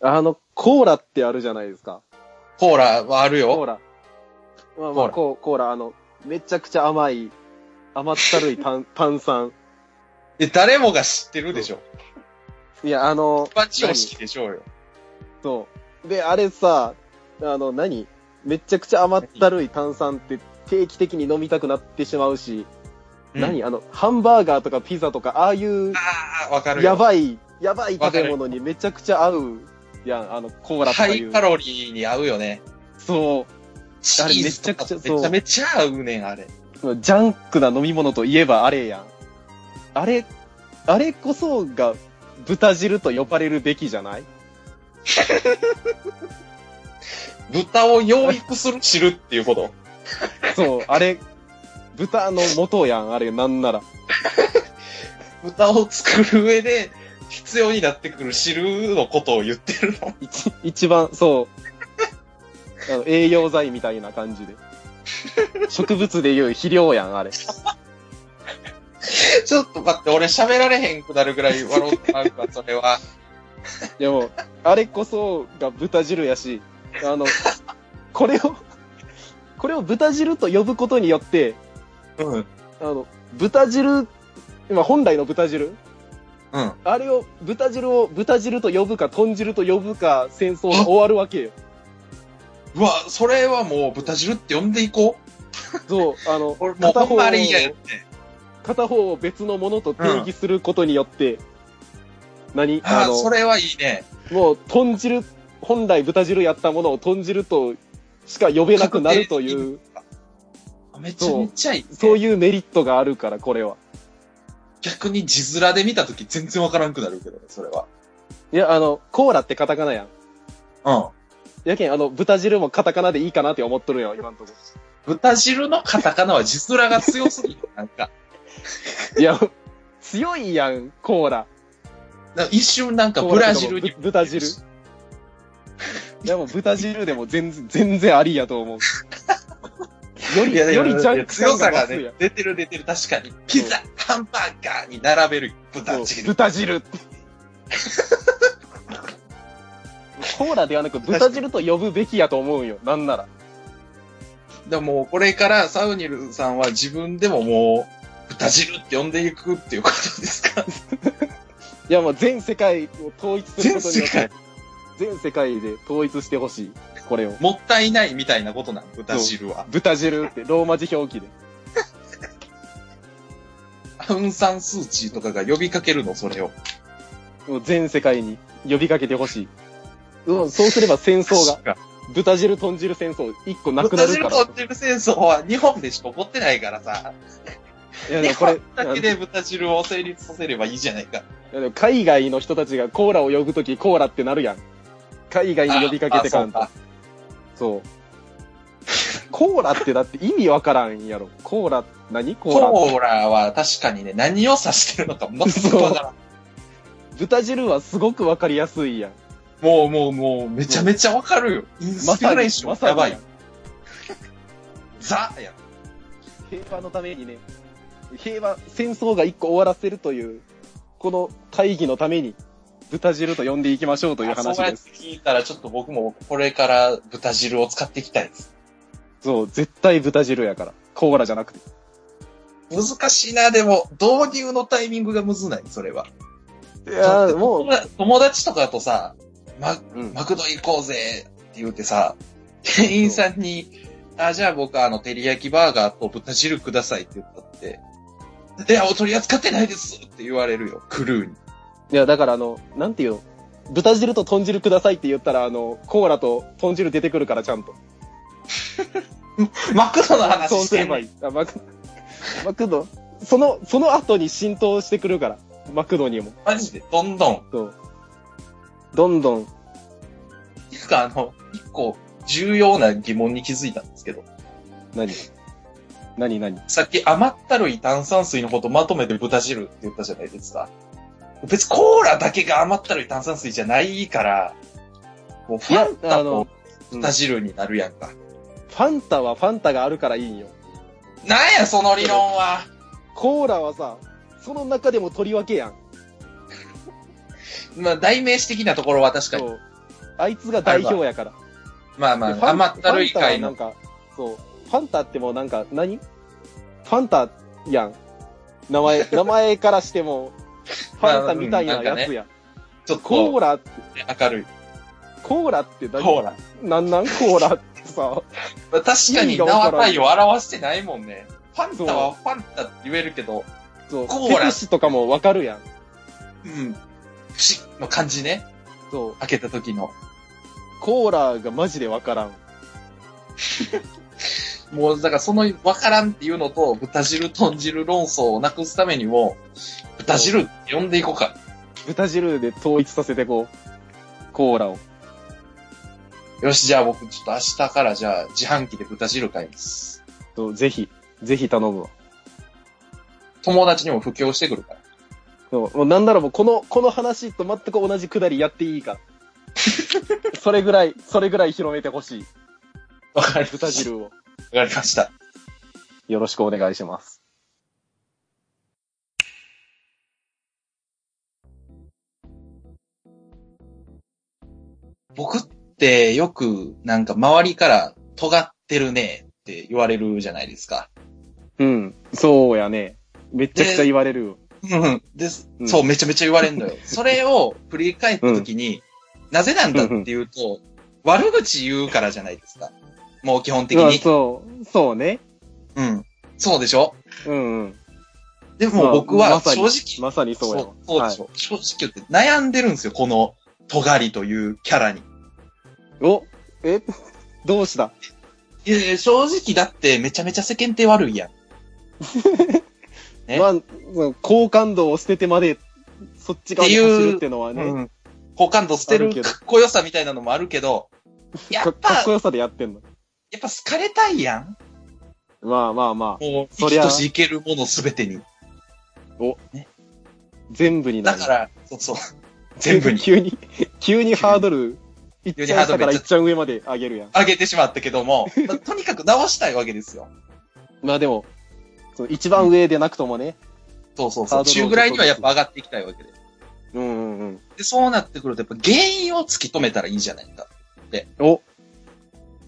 あの、コーラってあるじゃないですか。コーラはあるコーよ。ラ。まあコまーあ、ラコーコーラ、あの、めちゃくちゃ甘い、甘った るい炭炭酸。え、誰もが知ってるでしょ。いや、あの、一般常識でしょうよ。そう。で、あれさ、あの、何めちゃくちゃ甘ったるい炭酸って定期的に飲みたくなってしまうし、うん何あの、ハンバーガーとかピザとか、ああいうああ、わかるよ。やばい、やばい食べ物にめちゃくちゃ合うやん、あの、コーラとハかいイう。カロリーに合うよね。そチあれーズとかめちゃくちゃめちゃめちゃ合うねん、あれ。う。ジャンクな飲み物といえばあれやん。あれ、あれこそが豚汁と呼ばれるべきじゃない豚を養育する汁っていうこと。そう、あれ、豚の元やん、あれ、なんなら。豚を作る上で必要になってくる汁のことを言ってるの。 一一番、そう。あの栄養剤みたいな感じで。植物でいう肥料やん、あれ。ちょっと待って、俺喋られへんくなるぐらい笑ってまうから、それは。でも、あれこそが豚汁やし、あの、これを、これを豚汁と呼ぶことによって、 うん。あの、豚汁、今本来の豚汁うん。あれを、豚汁を豚汁と呼ぶか、豚汁と呼ぶか、戦争が終わるわけよ。うわ、それはもう豚汁って呼んでいこう。そう、あの、 俺もう片ほ方んまあれ嫌やって。片方を別のものと定義することによって、何ああの、あ、それはいいね。もう豚汁、本来豚汁やったものを豚汁としか呼べなくなるという、めちゃめちゃいいね、そういうメリットがあるから、これは。逆に字面で見たとき全然わからんくなるけどね、それは。いや、あの、コーラってカタカナやん。うん。やけん、あの、豚汁もカタカナでいいかなって思っとるよ、今んとこ。豚汁のカタカナは字面が強すぎる。なんか、いや、強いやん、コーラ。なんか一瞬なんかブラジルにコーラとかも。ぶ豚汁。いや、もう豚汁でも全然、全然ありやと思う。より、いやでもよりジャンク強さ感が増がすやねん、出てる出てる、確かに。ピザ、ハンバーガーに並べる豚そう汁。豚汁。コーラではなく豚汁と呼ぶべきやと思うんよ。なんなら。でももうこれからサウニルさんは自分でももう、豚汁って呼んでいくっていうことですかいやもう全世界を統一する全ことによっ世て。界。全世界で統一してほしい。これを。もったいないみたいなことなの、豚汁は。豚汁ってローマ字表記で。アウンサンスーチーとかが呼びかけるの、それを。もう全世界に呼びかけてほしい。うん、そうすれば戦争が、が。豚汁豚汁戦争一個なくな豚る汁から。と汁戦争は日本でしか起こってないからさ。いやで日もこれ、本だけで豚汁を成立させればいいじゃないか。いやでも海外の人たちがコーラを呼ぶときコーラってなるやん。海外に呼びかけてかんとあ。。あそう。コーラってだって意味わからんやろ。コーラ、何コそーうかラ。コーラは確かにね、何を指してるのか全く わからん。豚汁はすごくわかりやすいやん。もうもうもう、めちゃめちゃわかるよ。インまスピさレーにシ、まョンさやにばいやよん。。ザやん。平和のためにね、平和、戦争が一個終わらせるという、この会議のために、豚汁と呼んでいきましょうというあ話そうやっでてす。聞いたら、ちょっと僕もこれから豚汁を使っていきたいです。そう、絶対豚汁やから。コーラじゃなくて。難しいな、でも、導入のタイミングがむずない、それは。いやーも友達友達とかとさ、マう、うん、マクド行こうぜって言ってさ、店員さんに、あ、じゃあ僕あの、照り焼きバーガーと豚汁くださいって言ったって、いや、お取り扱ってないですって言われるよ、クルーに。いや、だからあの、なんていうの豚汁と豚汁くださいって言ったら、あの、コーラと豚汁出てくるから、ちゃんと。マクドの話そうしすてれんのばいい。あマク、マクド、その、その後に浸透してくるから、マクドにも。マジで、どんどん。そう。どんどん、ていうか、あの、一個、重要な疑問に気づいたんですけど、何何何さっき甘ったるい炭酸水のことまとめて豚汁って言ったじゃないですか。別にコーラだけが甘ったるい炭酸水じゃないから、もうファいンやタあのも豚汁になるやんか。ファンタはファンタがあるからいいんよ。なんや、その理論は。コーラはさ、その中でもとりわけやん。まあ、代名詞的なところは確かに。そう。あいつが代表やから。まあまでファあ、ン甘ったるい会ファンの。タはなんか、そう。ファンタってもうなんか何、ファンタやん。名 前、名前からしても、ファンタみたいなやつや。ちょっコーとラって、明るい。コーラって何コーラ。なんなんコーラってさ。まあ確かに名は体を表してないもんね。ファンタはファンタって言えるけど、そう。コーペラプシとかもわかるやん。うん。プシッの感じね。そう。開けた時の。コーラがマジでわからん。もう、だからその、わからんっていうのと、豚汁、豚汁論争をなくすためにも、豚汁って呼んでいこうか。豚汁で統一させてこう。コーラを。よし、じゃあ僕、ちょっと明日から、じゃあ、自販機で豚汁買います。そうぜひ、ぜひ頼むわ。友達にも布教してくるから。そうもうなんならもうこの、この話と全く同じくだりやっていいか。 それぐらい、それぐらい広めてほしい。わかりました。豚。汁を。わかりました。よろしくお願いします。僕って、よく、なんか、周りから、尖ってるね、って言われるじゃないですか。うん。そうやね。めっちゃくちゃ言われるよ。うん。ですう。んそう、めちゃめちゃ言われん のよ。それを振り返ったときに、なぜなんだっていうと、悪口言うからじゃないですか。もう基本的まあに。そう、そうね。うん。そうでしょうんうん。でも僕まあはまさに正直、まさにそうやわ。そうでしょ、正直言って悩んでるんですよ、この、尖りというキャラに。はいおえどうしたいやいや正直だってめちゃめちゃ世間体悪いやん。えまあ、その好感度を捨ててまで、そっち側に走るってのはね、うん。好感度捨てあるるけどかっこよさみたいなのもある けど、やかっかっぱ、こやよさでやってんの。っぱ好かれたいやん。まあまあまあ、もう、そ生りきゃとし生けるものすべてに。全部になだる。から、そうそう。全部に急に、急にハードル、いっちゃう下からいっちゃう上まで上げるやん。上げてしまったけ ども、まあとにかく直したいわけですよ。まあでも、その一番上でなくともね。そうそうハそードう。ルを中ぐらいにはやっぱ上がっていきたいわけで。うんうんうん。で、そうなってくると、やっぱ原因を突き止めたらいいじゃないか。お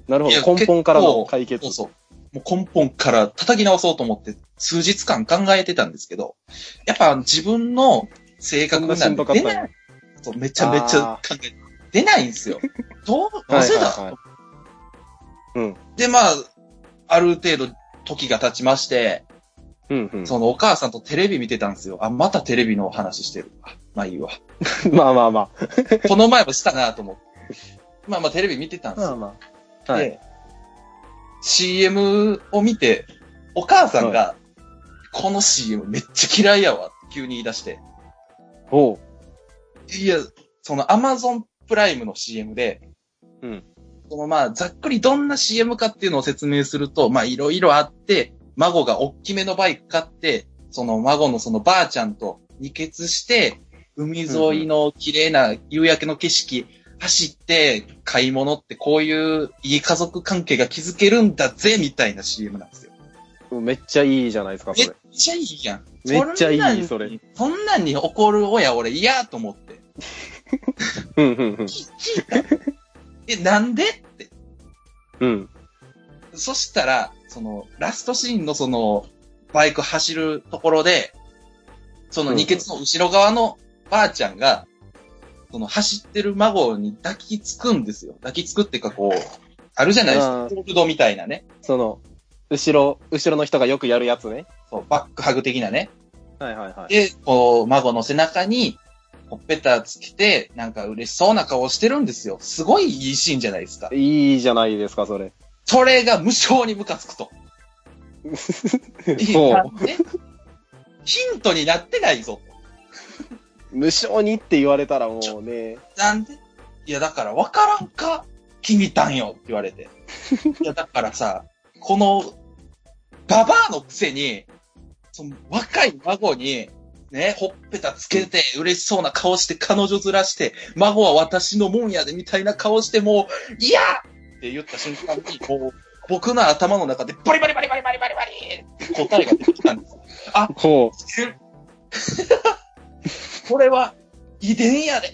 なるほいやど。根本からの解そ決う。そう。もう根本から叩き直そうと思って、数日間考えてたんですけど、やっぱ自分の性格そんななしんんでどかっ出たんやない。そう、めちゃめちゃ考えて、出ないんですよ。どう、なぜだ、 はいはいはいうんで、まあ、ある程度時が経ちまして、うんうん。そのお母さんとテレビ見てたんですよ。あ、またテレビのお話してる。あまあいいわ。まあまあまこの前もしたなと思って。まあまあテレビ見てたんあ。ですよ。まあはい。で、CM を見て、お母さんが、この CM めっちゃ嫌いやわ、急に言い出して。おう。いや、その Amazon プライムの CM で、うん。そのまあ、ざっくりどんな CM かっていうのを説明すると、まあいろいろあって、孫が大きめのバイク買って、その孫のそのばあちゃんと二血して、海沿いの綺麗な夕焼けの景色、走って買い物ってこういういい家族関係が築けるんだぜ、みたいな CM なんですよ。めっちゃいいじゃないですか、めそっれ。ちゃいいやん。めっちゃいいんなんにそれ。そんなんに怒る親俺嫌と思って。うんうんうん。聞いた。え、なんでって。うん。そしたら、その、ラストシーンのその、バイク走るところで、そのうん二血の後ろ側のばあちゃんが、その走ってる孫に抱きつくんですよ。抱きつくっていうかこう、あるじゃないですあか。ーホールドみたいなね。その、後ろ、後ろの人がよくやるやつね。そう、バックハグ的なね。はいはいは。で、こう、孫の背中に、ほっぺたつけて、なんか嬉しそうな顔してるんですよ。すごいいいシーンじゃないですか。いいじゃないですか、それ。それが無償にムカつくと。いそやう。ねヒントになってないぞ。無償にって言われたらもうね。なんでいや、だから分からんか君たんよって言われて。いや、だからさ、この、ババアのくせに、その若い孫に、ね、ほっぺたつけて、嬉しそうな顔して、彼女ずらして、孫は私のもんやで、みたいな顔して、もう、いやって言った瞬間に、こう、僕の頭の中で、バリバリバリバリバリバリバリって答えが出てきたんですよ。ほ これは遺伝やで。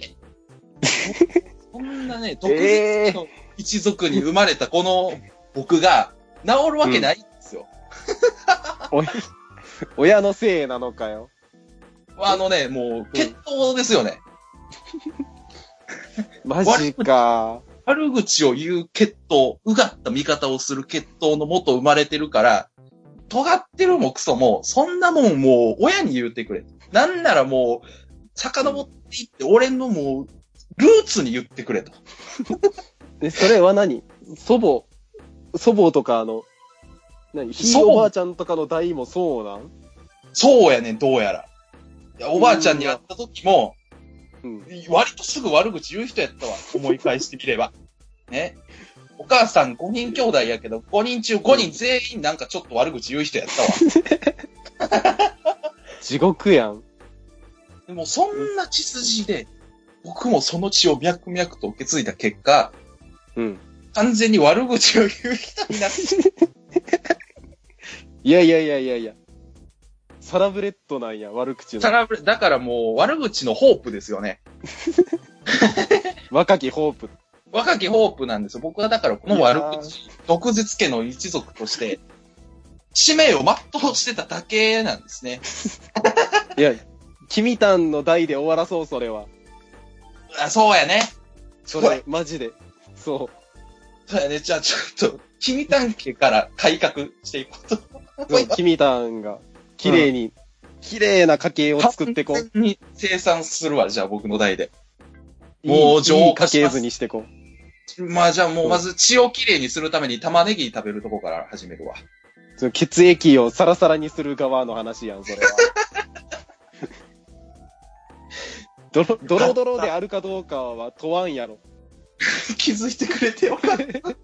そんんなね、毒舌の一族に生まれたこの僕が治るわけないんですよ。おい親のせいなのかよ。あのね、もう、決闘ですよね。マジか。悪口を言う決闘、うがった見方をする決闘のもと生まれてるから、尖ってるもクソも、そんなもんもう親に言ってくれ。なんならもう、遡っていって、俺のもう、ルーツに言ってくれと。で、それは何祖母、祖母とかあの、何ひいおばあちゃんとかの代もそうなんそうやねん、どうやら。いやおばあちゃんに会った時も、うん。割とすぐ悪口言う人やったわ。思い返してみれば。 ね。お母さん5人兄弟やけど、5人中5人全員なんかちょっと悪口言う人やったわ。 地獄やん。でもそんな血筋で、僕もその血を脈々と受け継いだ結果、うん。完全に悪口を言う人になって、いやいやいやいやいや。サラブレッドなんや、悪口サの。ラブレだからもう悪口のホープですよね。若きホープ。若きホープなんですよ。僕はだからこの悪口、毒舌家の一族として、使命を全うしてただけなんですね。いや、君たんの代で終わらそう、それは。あそうやね。そそうやれ、マジで。そそうやね。じゃあちょっと、君探家から改革していこうと。う。そう君たんが、綺麗に、綺麗な家計を作ってこう。完全に生産するわ、じゃあ僕の代で。いいもうい浄い化家します系図にしてこまあじゃあもうまず血をきれいにするために玉ねぎ食べるとこから始めるわ。 う。その血液をサラサラにする側の話やん、それは。ドロ、ドロドロであるかどうかは問わんやろ。気づいてくれてよかった。